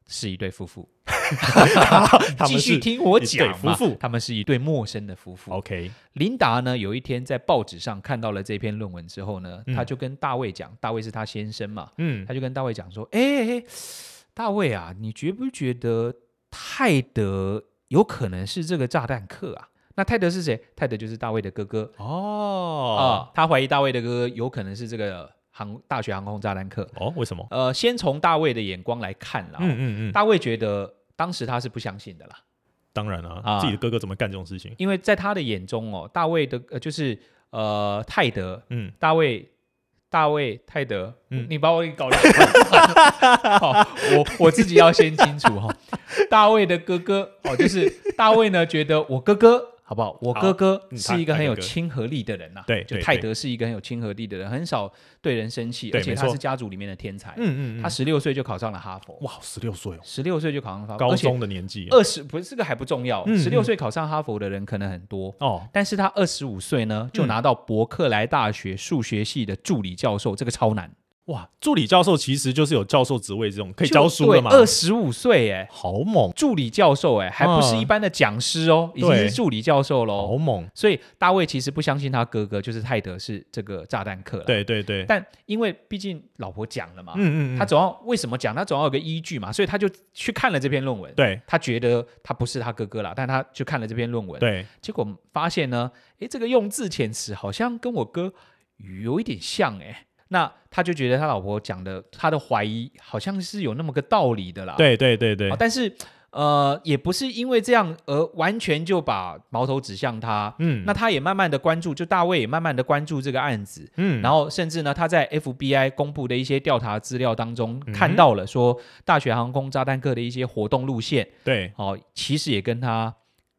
[SPEAKER 1] 是一对夫妇。
[SPEAKER 2] 他
[SPEAKER 1] 继
[SPEAKER 2] 们
[SPEAKER 1] 续
[SPEAKER 2] 是
[SPEAKER 1] 听我
[SPEAKER 2] 一对
[SPEAKER 1] 讲嘛
[SPEAKER 2] 夫妇
[SPEAKER 1] 他们是一对陌生的夫妇。
[SPEAKER 2] OK，
[SPEAKER 1] 琳达呢，有一天在报纸上看到了这篇论文之后呢，
[SPEAKER 2] 嗯
[SPEAKER 1] 她就跟大卫讲，大卫是她先生嘛，
[SPEAKER 2] 嗯
[SPEAKER 1] 她就跟大卫讲说：“哎、哎大卫啊，你觉不觉得泰德有可能是这个炸弹客啊？那泰德是谁？泰德就是大卫的哥哥啊、
[SPEAKER 2] 哦
[SPEAKER 1] 他怀疑大卫的哥哥有可能是这个航大学航空炸弹客。
[SPEAKER 2] 哦，为什么？
[SPEAKER 1] 呃，先从大卫的眼光来看啦，
[SPEAKER 2] 嗯嗯嗯，
[SPEAKER 1] 大卫觉得当时他是不相信的啦。”
[SPEAKER 2] 当然啊，
[SPEAKER 1] 啊
[SPEAKER 2] 自己的哥哥怎么干这种事情？
[SPEAKER 1] 因为在他的眼中哦，大卫的呃就是呃泰德，
[SPEAKER 2] 嗯，
[SPEAKER 1] 大卫大卫泰德，
[SPEAKER 2] 嗯
[SPEAKER 1] 你把我给搞乱了，好， 我我自己要先清楚哈、哦，大卫的哥哥哦，就是大卫呢觉得我哥哥。好不好？我哥哥
[SPEAKER 2] 嗯他
[SPEAKER 1] 是一个很有
[SPEAKER 2] 他哥哥
[SPEAKER 1] 亲和力的人呐、啊
[SPEAKER 2] 对
[SPEAKER 1] 就
[SPEAKER 2] 对
[SPEAKER 1] 泰德是一个很有亲和力的人，很少对人生气，
[SPEAKER 2] 对
[SPEAKER 1] 而且
[SPEAKER 2] 没
[SPEAKER 1] 他
[SPEAKER 2] 错
[SPEAKER 1] 是家族里面的天才。
[SPEAKER 2] 嗯嗯，
[SPEAKER 1] 他十六岁就考上了哈佛，
[SPEAKER 2] 哇，十六岁哦，
[SPEAKER 1] 十六岁就考上哈佛，
[SPEAKER 2] 高
[SPEAKER 1] 而且
[SPEAKER 2] 中的年纪
[SPEAKER 1] 二十不是这个还不重要，
[SPEAKER 2] 嗯
[SPEAKER 1] 十六
[SPEAKER 2] 嗯
[SPEAKER 1] 岁考上哈佛的人可能很多，
[SPEAKER 2] 哦，
[SPEAKER 1] 但是他二十五岁呢，
[SPEAKER 2] 嗯
[SPEAKER 1] 就拿到伯克莱大学数学系的助理教授，这个超难，
[SPEAKER 2] 哇，助理教授其实就是有教授职位这种可
[SPEAKER 1] 可
[SPEAKER 2] 以教书的嘛，
[SPEAKER 1] 二十五岁哎，
[SPEAKER 2] 好猛，
[SPEAKER 1] 助理教授哎，还不是
[SPEAKER 2] 嗯
[SPEAKER 1] 一般的讲师哦，已经
[SPEAKER 2] 对
[SPEAKER 1] 是助理教授喽。
[SPEAKER 2] 好猛，
[SPEAKER 1] 所以大卫其实不相信他哥哥就是泰德是这个炸弹客，，
[SPEAKER 2] 对对对，
[SPEAKER 1] 但因为毕竟老婆讲了嘛，
[SPEAKER 2] 嗯嗯，
[SPEAKER 1] 他
[SPEAKER 2] 他
[SPEAKER 1] 总要为什么讲，他总要有个依据嘛，所以他就去看了这篇论文。
[SPEAKER 2] 对
[SPEAKER 1] 他觉得他不是他哥哥啦，但他去看了这篇论文，
[SPEAKER 2] 对，
[SPEAKER 1] 结果发现呢，诶，这个用字遣词好像跟我哥有一点像诶，那他就觉得他老婆讲的，他的怀疑好像是有那么个道理的啦。
[SPEAKER 2] 对对对对
[SPEAKER 1] 啊，，但是呃，也不是因为这样而完全就把矛头指向他。
[SPEAKER 2] 嗯，
[SPEAKER 1] 那他也慢慢的关注，就大卫也慢慢的关注这个案子，
[SPEAKER 2] 嗯，
[SPEAKER 1] 然
[SPEAKER 2] 后
[SPEAKER 1] 后甚至呢，他在 FBI 公布的一些调查资料当中
[SPEAKER 2] 嗯
[SPEAKER 1] 看到了说，大学航空炸弹客的一些活动路线，
[SPEAKER 2] 对，
[SPEAKER 1] 哦，其实也跟他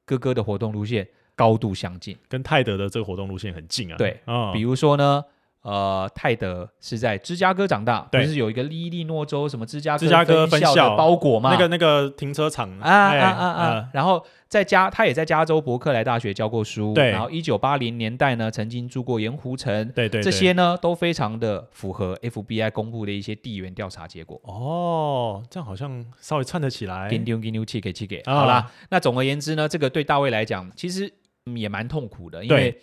[SPEAKER 1] 哥哥的活动路线高度相近。
[SPEAKER 2] 跟泰德的这个活动路线很近啊，
[SPEAKER 1] 对
[SPEAKER 2] 啊
[SPEAKER 1] 比，如说呢，呃，泰德是在芝加哥长大，不
[SPEAKER 2] 对
[SPEAKER 1] 是有一个伊利诺州什么芝加
[SPEAKER 2] 芝加哥
[SPEAKER 1] 分
[SPEAKER 2] 分校
[SPEAKER 1] 的包裹嘛？
[SPEAKER 2] 那个那个停车场
[SPEAKER 1] 啊啊
[SPEAKER 2] 哎
[SPEAKER 1] 啊
[SPEAKER 2] 呃
[SPEAKER 1] 啊！然后在加，他也在加州伯克莱大学教过书，
[SPEAKER 2] 对
[SPEAKER 1] 然后一九八零年代呢，曾经住过盐湖城，
[SPEAKER 2] 对对
[SPEAKER 1] 这
[SPEAKER 2] 对
[SPEAKER 1] 些呢都非常的符合 FBI 公布的一些地缘调查结果。
[SPEAKER 2] 哦，这样好像稍微串得起来，
[SPEAKER 1] 叮丢叮丢，气给气给。
[SPEAKER 2] 啊
[SPEAKER 1] 好啦，那总而言之呢，这个对大卫来讲，其实嗯也蛮痛苦的，因为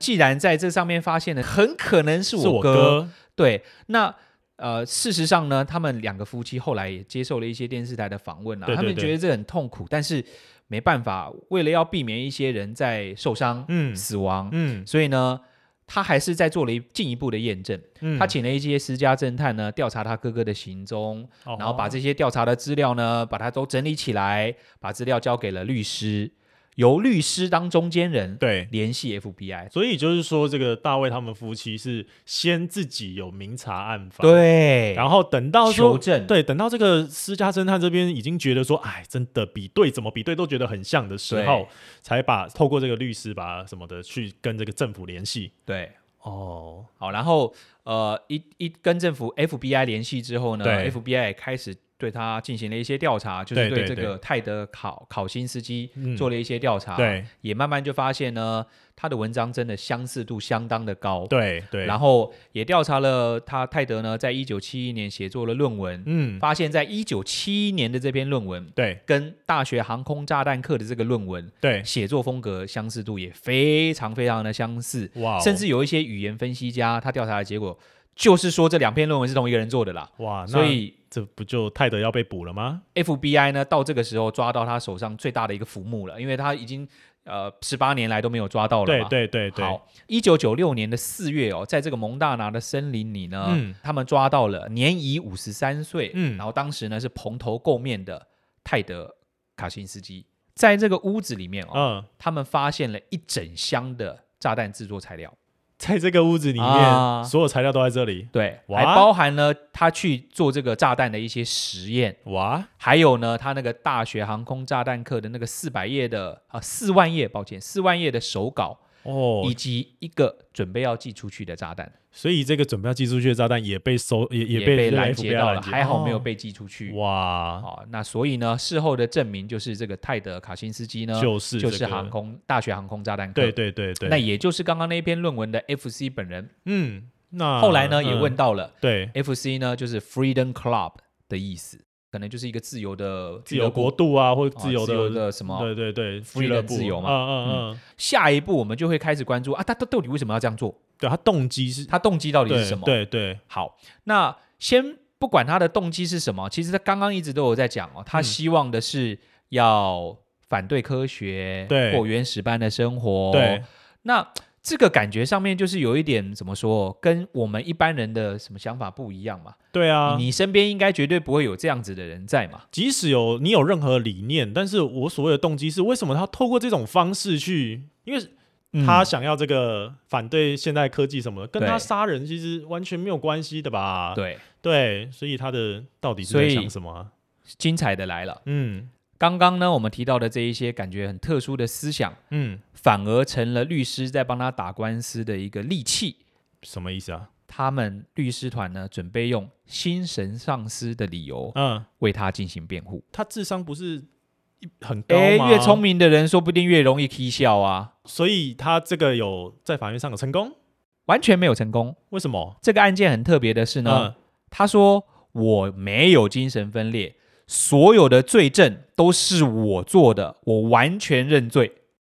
[SPEAKER 1] 既然在这上面发现了，很可能是
[SPEAKER 2] 是
[SPEAKER 1] 我
[SPEAKER 2] 我哥，
[SPEAKER 1] 对，那呃，事实上呢，他们两个夫妻后来也接受了一些电视台的访问啊，
[SPEAKER 2] 对对
[SPEAKER 1] 他们
[SPEAKER 2] 对
[SPEAKER 1] 觉得这很痛苦，但是没办法，为了要避免一些人在受伤、
[SPEAKER 2] 嗯
[SPEAKER 1] 死亡，
[SPEAKER 2] 嗯
[SPEAKER 1] 所以呢。他还是在做了一进一步的验证，
[SPEAKER 2] 嗯，
[SPEAKER 1] 他请了一些私家侦探呢调查他哥哥的行踪，
[SPEAKER 2] 哦，
[SPEAKER 1] 然后把这些调查的资料呢，把它都整理起来，把资料交给了律师，由律师当中间人
[SPEAKER 2] 对。
[SPEAKER 1] 联系 FBI。
[SPEAKER 2] 所以就是说，这个大卫他们夫妻是先自己有明察暗访，，
[SPEAKER 1] 对，
[SPEAKER 2] 然后等到
[SPEAKER 1] 求
[SPEAKER 2] 说，
[SPEAKER 1] 证，
[SPEAKER 2] 对，等到这个私家侦探这边已经觉得说，哎，真的比对怎么比对都觉得很像的时候
[SPEAKER 1] 对，
[SPEAKER 2] 才把透过这个律师把什么的去跟这个政府联系。
[SPEAKER 1] 对，
[SPEAKER 2] 哦，
[SPEAKER 1] 好，然后呃，一一跟政府 FBI 联系之后呢
[SPEAKER 2] 对
[SPEAKER 1] ，FBI 也开始对他进行了一些调查，就是
[SPEAKER 2] 对
[SPEAKER 1] 对
[SPEAKER 2] 对
[SPEAKER 1] 这
[SPEAKER 2] 对
[SPEAKER 1] 个泰德考考辛斯基
[SPEAKER 2] 嗯
[SPEAKER 1] 做了一些调查，
[SPEAKER 2] 对
[SPEAKER 1] 也慢慢就发现呢，他的文章真的相似度相当的高。
[SPEAKER 2] 对对，
[SPEAKER 1] 然后也调查了他泰德呢，在一九七一年写作了论文，
[SPEAKER 2] 嗯，
[SPEAKER 1] 发现在一九七一年的这篇论文
[SPEAKER 2] 对
[SPEAKER 1] 跟大学航空炸弹课的这个论文
[SPEAKER 2] 对，
[SPEAKER 1] 写作风格相似度也非常非常的相似，
[SPEAKER 2] 哇哦，
[SPEAKER 1] 甚至有一些语言分析家他调查的结果就是说这两篇论文是同一个人做的啦，
[SPEAKER 2] 哇，
[SPEAKER 1] 所
[SPEAKER 2] 啊那
[SPEAKER 1] 以。
[SPEAKER 2] 这不就泰德要被捕了吗？
[SPEAKER 1] FBI 呢，到这个时候抓到他手上最大的一个浮木了，因为他已经呃十八年来都没有抓到了
[SPEAKER 2] 对
[SPEAKER 1] 嘛。
[SPEAKER 2] 对对对，
[SPEAKER 1] 好，一九九六年的四月哦，在这个蒙大拿的森林里呢，
[SPEAKER 2] 嗯
[SPEAKER 1] 他们抓到了年已五十三岁，
[SPEAKER 2] 嗯
[SPEAKER 1] 然后当时呢是蓬头垢面的泰德卡辛斯基，在这个屋子里面哦，
[SPEAKER 2] 嗯，
[SPEAKER 1] 他们发现了一整箱的炸弹制作材料，
[SPEAKER 2] 在这个屋子里
[SPEAKER 1] 啊
[SPEAKER 2] 面，所有材料都在这里。
[SPEAKER 1] 对，
[SPEAKER 2] 哇
[SPEAKER 1] 还包含了他去做这个炸弹的一些实验，
[SPEAKER 2] 哇，
[SPEAKER 1] 还有呢，他那个大学航空炸弹课的那个四百页的啊四万页，抱歉，四万页的手稿，
[SPEAKER 2] 哦
[SPEAKER 1] 以，及一个准备要寄出去的炸弹，
[SPEAKER 2] 所以这个准备要寄出去的炸弹也被收，也也被
[SPEAKER 1] 被
[SPEAKER 2] 这个
[SPEAKER 1] 拦
[SPEAKER 2] FBI
[SPEAKER 1] 截到了，
[SPEAKER 2] 拦
[SPEAKER 1] 还好没有
[SPEAKER 2] 哦
[SPEAKER 1] 被寄出去。
[SPEAKER 2] 哇，
[SPEAKER 1] 啊，那所以呢，事后的证明就是这个泰德卡辛斯基呢，
[SPEAKER 2] 就是
[SPEAKER 1] 就
[SPEAKER 2] 这
[SPEAKER 1] 是
[SPEAKER 2] 个
[SPEAKER 1] 航，空大学航空炸弹课，
[SPEAKER 2] 对对对对，
[SPEAKER 1] 那也就是刚刚那篇论文的 FC 本人，
[SPEAKER 2] 嗯，那
[SPEAKER 1] 后来呢、也
[SPEAKER 2] 嗯
[SPEAKER 1] 问到了
[SPEAKER 2] 对
[SPEAKER 1] FC 呢，就是 Freedom Club 的意思，可能就是一个自由的
[SPEAKER 2] 自
[SPEAKER 1] 俱乐
[SPEAKER 2] 由
[SPEAKER 1] 部
[SPEAKER 2] 国度啊，或者
[SPEAKER 1] 啊
[SPEAKER 2] 自由
[SPEAKER 1] 自由
[SPEAKER 2] 的
[SPEAKER 1] 的什么
[SPEAKER 2] 对对对，
[SPEAKER 1] freedom
[SPEAKER 2] 俱乐部
[SPEAKER 1] 自由嘛
[SPEAKER 2] 嗯嗯嗯，
[SPEAKER 1] 下一步我们就会开始关注啊，他他到底为什么要这样做？
[SPEAKER 2] 对他动机是，
[SPEAKER 1] 他动机到底
[SPEAKER 2] 对
[SPEAKER 1] 是什么？
[SPEAKER 2] 对对，
[SPEAKER 1] 好，那先不管他的动机是什么，其实他刚刚一直都有在讲哦，他
[SPEAKER 2] 嗯
[SPEAKER 1] 希望的是要反对科学，
[SPEAKER 2] 对
[SPEAKER 1] 过原始般的生活，
[SPEAKER 2] 对。
[SPEAKER 1] 那这个感觉上面就是有一点怎么说，跟我们一般人的什么想法不一样嘛。
[SPEAKER 2] 对啊，
[SPEAKER 1] 你身边应该绝对不会有这样子的人在嘛。
[SPEAKER 2] 即使有你有任何理念，但是我所谓的动机是为什么他透过这种方式去，因为嗯他想要这个反对现代科技什么的，跟
[SPEAKER 1] 嗯对
[SPEAKER 2] 他杀人其实完全没有关系的吧？
[SPEAKER 1] 对，
[SPEAKER 2] 对，所以他的到底是
[SPEAKER 1] 所
[SPEAKER 2] 在
[SPEAKER 1] 以
[SPEAKER 2] 想什么啊？
[SPEAKER 1] 精彩的来了。
[SPEAKER 2] 嗯
[SPEAKER 1] 刚刚呢，我们提到的这一些感觉很特殊的思想，
[SPEAKER 2] 嗯，
[SPEAKER 1] 反而成了律师在帮他打官司的一个利器。
[SPEAKER 2] 什么意思啊？
[SPEAKER 1] 他们律师团呢，准备用心神丧失的理由
[SPEAKER 2] 嗯，
[SPEAKER 1] 为他进行辩护。
[SPEAKER 2] 他智商不是一很高
[SPEAKER 1] 诶，
[SPEAKER 2] 吗？
[SPEAKER 1] 越聪，明的人说不定越容易 k 笑啊！
[SPEAKER 2] 所以他这个有在法院上有成功？
[SPEAKER 1] 完全没有成功。
[SPEAKER 2] 为什么？
[SPEAKER 1] 这个案件很特别的是呢，
[SPEAKER 2] 嗯，
[SPEAKER 1] 他说我没有精神分裂，所有的罪证都是我做的，我完全认罪。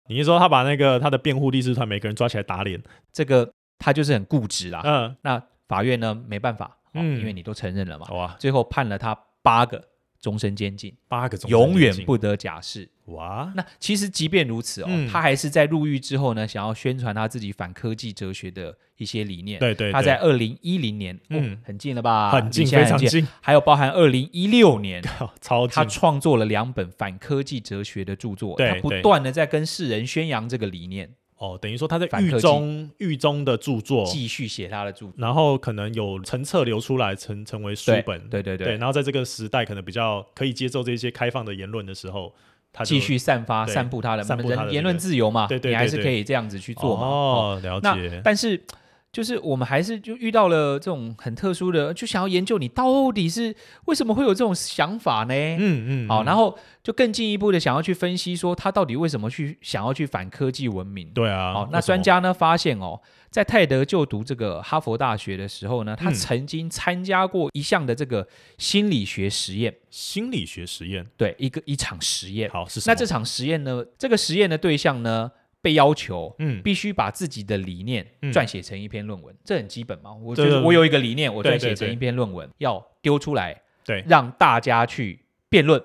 [SPEAKER 2] 你是说他把那个他的辩护律师团每个人抓起来打脸？
[SPEAKER 1] 这个他就是很固执啦。
[SPEAKER 2] 嗯，
[SPEAKER 1] 那法院呢没办法，哦
[SPEAKER 2] 嗯
[SPEAKER 1] 因为你都承认了嘛，
[SPEAKER 2] 哇，
[SPEAKER 1] 最后判了他八个终身监禁，
[SPEAKER 2] 八个总裁
[SPEAKER 1] 永远
[SPEAKER 2] 进
[SPEAKER 1] 不得假释。
[SPEAKER 2] 哇，
[SPEAKER 1] 那其实即便如此哦，
[SPEAKER 2] 嗯
[SPEAKER 1] 他还是在入狱之后呢，想要宣传他自己反科技哲学的一些理念。
[SPEAKER 2] 对对，
[SPEAKER 1] 他
[SPEAKER 2] 对
[SPEAKER 1] 在二零一零年，嗯、
[SPEAKER 2] 嗯
[SPEAKER 1] 很近了吧？
[SPEAKER 2] 很近，
[SPEAKER 1] 离现在
[SPEAKER 2] 非常
[SPEAKER 1] 很近。
[SPEAKER 2] 近，
[SPEAKER 1] 还有包含二零一六 年，
[SPEAKER 2] 靠超
[SPEAKER 1] 他
[SPEAKER 2] 近。
[SPEAKER 1] 创作了两本反科技哲学的著作，
[SPEAKER 2] 嗯对
[SPEAKER 1] 他不
[SPEAKER 2] 对
[SPEAKER 1] 断的在跟世人宣扬这个理念，
[SPEAKER 2] 哦，等于说他在
[SPEAKER 1] 反
[SPEAKER 2] 狱
[SPEAKER 1] 科技
[SPEAKER 2] 中狱中的著作，
[SPEAKER 1] 继续写他的著作。
[SPEAKER 2] 然后可能有成册流出来，成成为书
[SPEAKER 1] 对
[SPEAKER 2] 本。
[SPEAKER 1] 对对对，
[SPEAKER 2] 然后在这个时代可能比较可以接受这些开放的言论的时候，他就
[SPEAKER 1] 继续散发、
[SPEAKER 2] 对
[SPEAKER 1] 散布他的
[SPEAKER 2] 散布他的
[SPEAKER 1] 人
[SPEAKER 2] 这
[SPEAKER 1] 言论
[SPEAKER 2] 个
[SPEAKER 1] 自由嘛，
[SPEAKER 2] 对对
[SPEAKER 1] 你
[SPEAKER 2] 对
[SPEAKER 1] 还是
[SPEAKER 2] 对
[SPEAKER 1] 可以这样子去做嘛。哦
[SPEAKER 2] 哦，了
[SPEAKER 1] 那
[SPEAKER 2] 解。
[SPEAKER 1] 但是就是我们还是就遇到了这种很特殊的，就想要研究你到底是为什么会有这种想法呢？
[SPEAKER 2] 嗯嗯，
[SPEAKER 1] 好，然
[SPEAKER 2] 后
[SPEAKER 1] 后就更进一步的想要去分析，说他到底为什么去想要去反科技文明。
[SPEAKER 2] 对啊，
[SPEAKER 1] 好，
[SPEAKER 2] 为
[SPEAKER 1] 那
[SPEAKER 2] 什
[SPEAKER 1] 专
[SPEAKER 2] 么
[SPEAKER 1] 家呢发现哦，在泰德就读这个哈佛大学的时候呢，他
[SPEAKER 2] 嗯
[SPEAKER 1] 曾经参加过一项的这个心理学实验，
[SPEAKER 2] 心理学实验，
[SPEAKER 1] 对，一个一场实验。
[SPEAKER 2] 好是什
[SPEAKER 1] 那
[SPEAKER 2] 么
[SPEAKER 1] 这场实验呢，这个实验的对象呢，被要求
[SPEAKER 2] 嗯
[SPEAKER 1] 必须把自己的理念
[SPEAKER 2] 嗯
[SPEAKER 1] 撰写成一篇论文，这很基本嘛。我
[SPEAKER 2] 对
[SPEAKER 1] 觉得
[SPEAKER 2] 对
[SPEAKER 1] 我有一个理念，我
[SPEAKER 2] 对
[SPEAKER 1] 撰
[SPEAKER 2] 对
[SPEAKER 1] 写成
[SPEAKER 2] 对
[SPEAKER 1] 一篇论文，要丢出来，
[SPEAKER 2] 对
[SPEAKER 1] 让大家去辩论。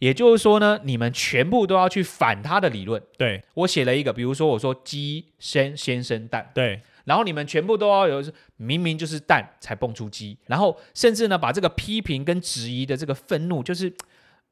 [SPEAKER 1] 也就是说呢，你们全部都要去反他的理论。
[SPEAKER 2] 对
[SPEAKER 1] 我写了一个，比如说我说鸡先先生蛋，
[SPEAKER 2] 对
[SPEAKER 1] 然后你们全部都要有，明明就是蛋才蹦出鸡，然后甚至呢，把这个批评跟质疑的这个愤怒，就是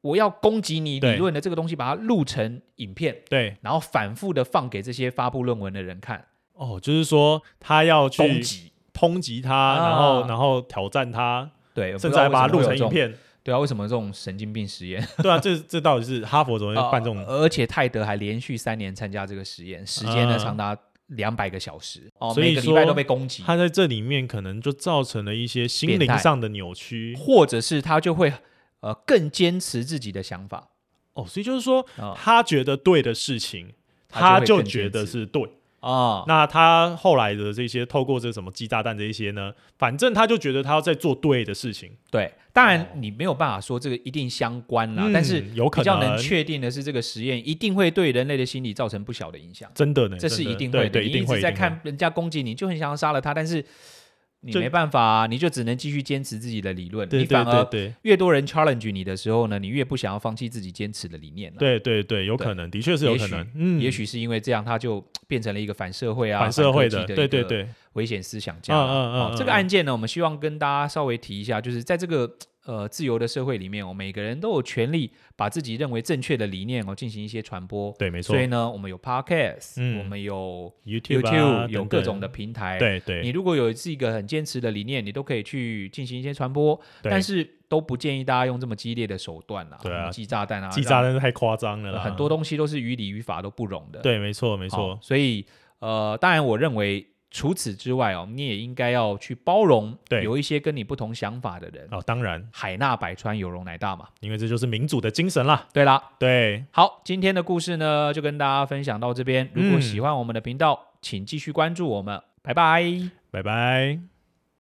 [SPEAKER 1] 我要攻击你理
[SPEAKER 2] 对
[SPEAKER 1] 论的这个东西，把它录成影片，
[SPEAKER 2] 对
[SPEAKER 1] 然后反复的放给这些发布论文的人看，
[SPEAKER 2] 哦，就是说他要去
[SPEAKER 1] 攻击。
[SPEAKER 2] 抨击他，
[SPEAKER 1] 啊
[SPEAKER 2] 然后然后挑战他，
[SPEAKER 1] 对，
[SPEAKER 2] 甚至还把
[SPEAKER 1] 它
[SPEAKER 2] 它录成影。片。
[SPEAKER 1] 对啊，为什么这种神经病实验？
[SPEAKER 2] 对啊，这这到底是哈佛怎么会办这种？
[SPEAKER 1] 呃而且泰德还连续三年参加这个实验，时间呢
[SPEAKER 2] 啊
[SPEAKER 1] 长达两百个小时，哦，
[SPEAKER 2] 所以
[SPEAKER 1] 每个礼拜
[SPEAKER 2] 说
[SPEAKER 1] 都被攻击，
[SPEAKER 2] 他在这里面可能就造成了一些心
[SPEAKER 1] 变
[SPEAKER 2] 灵
[SPEAKER 1] 态
[SPEAKER 2] 上的扭曲。
[SPEAKER 1] 或者是他就会呃更坚持自己的想法
[SPEAKER 2] 哦，所以就是说，
[SPEAKER 1] 啊
[SPEAKER 2] 他觉得对的事情，
[SPEAKER 1] 他就
[SPEAKER 2] 他
[SPEAKER 1] 会
[SPEAKER 2] 就
[SPEAKER 1] 更
[SPEAKER 2] 觉
[SPEAKER 1] 坚
[SPEAKER 2] 得
[SPEAKER 1] 持
[SPEAKER 2] 是对。
[SPEAKER 1] 啊，
[SPEAKER 2] 那他后来的这些，透过这什么鸡炸弹这一些呢，反正他就觉得他要在做对的事情。
[SPEAKER 1] 对，当然
[SPEAKER 2] 哦
[SPEAKER 1] 你没有办法说这个一定相关啦，
[SPEAKER 2] 嗯
[SPEAKER 1] 但是
[SPEAKER 2] 有可
[SPEAKER 1] 比较能
[SPEAKER 2] 能
[SPEAKER 1] 确定的是，这个实验一定会对人类的心理造成不小的影响，
[SPEAKER 2] 真的呢，
[SPEAKER 1] 这是
[SPEAKER 2] 真的
[SPEAKER 1] 一定
[SPEAKER 2] 对
[SPEAKER 1] 会的。
[SPEAKER 2] 对，
[SPEAKER 1] 你
[SPEAKER 2] 一定
[SPEAKER 1] 一
[SPEAKER 2] 会
[SPEAKER 1] 直在
[SPEAKER 2] 一定会
[SPEAKER 1] 看人家攻击你，就很想要杀了他，但是你
[SPEAKER 2] 就
[SPEAKER 1] 没办法啊、你就只能继续坚持自己的理论。
[SPEAKER 2] 对
[SPEAKER 1] 你反
[SPEAKER 2] 对对
[SPEAKER 1] 而
[SPEAKER 2] 对
[SPEAKER 1] 越多人 challenge 你的时候呢，你越不想要放弃自己坚持的理念了。
[SPEAKER 2] 对对对，有
[SPEAKER 1] 对
[SPEAKER 2] 可能，的确是有
[SPEAKER 1] 也
[SPEAKER 2] 可
[SPEAKER 1] 许
[SPEAKER 2] 能。嗯，
[SPEAKER 1] 也许是因为这样，他就变成了一个反社会啊、
[SPEAKER 2] 反社会
[SPEAKER 1] 科技的，
[SPEAKER 2] 对对，对，
[SPEAKER 1] 危险思想家啦。
[SPEAKER 2] 嗯嗯嗯
[SPEAKER 1] 哦
[SPEAKER 2] 嗯
[SPEAKER 1] 这个
[SPEAKER 2] 嗯
[SPEAKER 1] 案件呢，我们希望跟大家稍微提一下，就是在这个呃自由的社会里面，我们每个人都有权利把自己认为正确的理念哦进行一些传播。
[SPEAKER 2] 对，没错
[SPEAKER 1] 所。以呢，我们有 podcast，、
[SPEAKER 2] 嗯
[SPEAKER 1] 我们有
[SPEAKER 2] YouTube 啊
[SPEAKER 1] YouTube，有
[SPEAKER 2] 等
[SPEAKER 1] 各
[SPEAKER 2] 等
[SPEAKER 1] 种的平台。
[SPEAKER 2] 对
[SPEAKER 1] 你
[SPEAKER 2] 对，
[SPEAKER 1] 如果有是一个很坚持的理念，你都可以去进行一些传播，
[SPEAKER 2] 对
[SPEAKER 1] 但是都不建议大家用这么激烈的手段啦，
[SPEAKER 2] 对啊
[SPEAKER 1] 什么寄炸弹啊，
[SPEAKER 2] 鸡
[SPEAKER 1] 让
[SPEAKER 2] 炸弹是太夸张了啦，
[SPEAKER 1] 很多东西都是于理于法都不容的。
[SPEAKER 2] 对，没错没
[SPEAKER 1] 好
[SPEAKER 2] 错，
[SPEAKER 1] 所以呃，当然我认为除此之外哦，你也应该要去包容
[SPEAKER 2] 对
[SPEAKER 1] 有一些跟你不同想法的人，
[SPEAKER 2] 哦，当然，
[SPEAKER 1] 海纳百川，有容乃大嘛。
[SPEAKER 2] 因为这就是民主的精神啦。
[SPEAKER 1] 对啦，
[SPEAKER 2] 对，
[SPEAKER 1] 好，今天的故事呢就跟大家分享到这边。如果
[SPEAKER 2] 嗯
[SPEAKER 1] 喜欢我们的频道，请继续关注我们，拜拜。
[SPEAKER 2] 拜拜。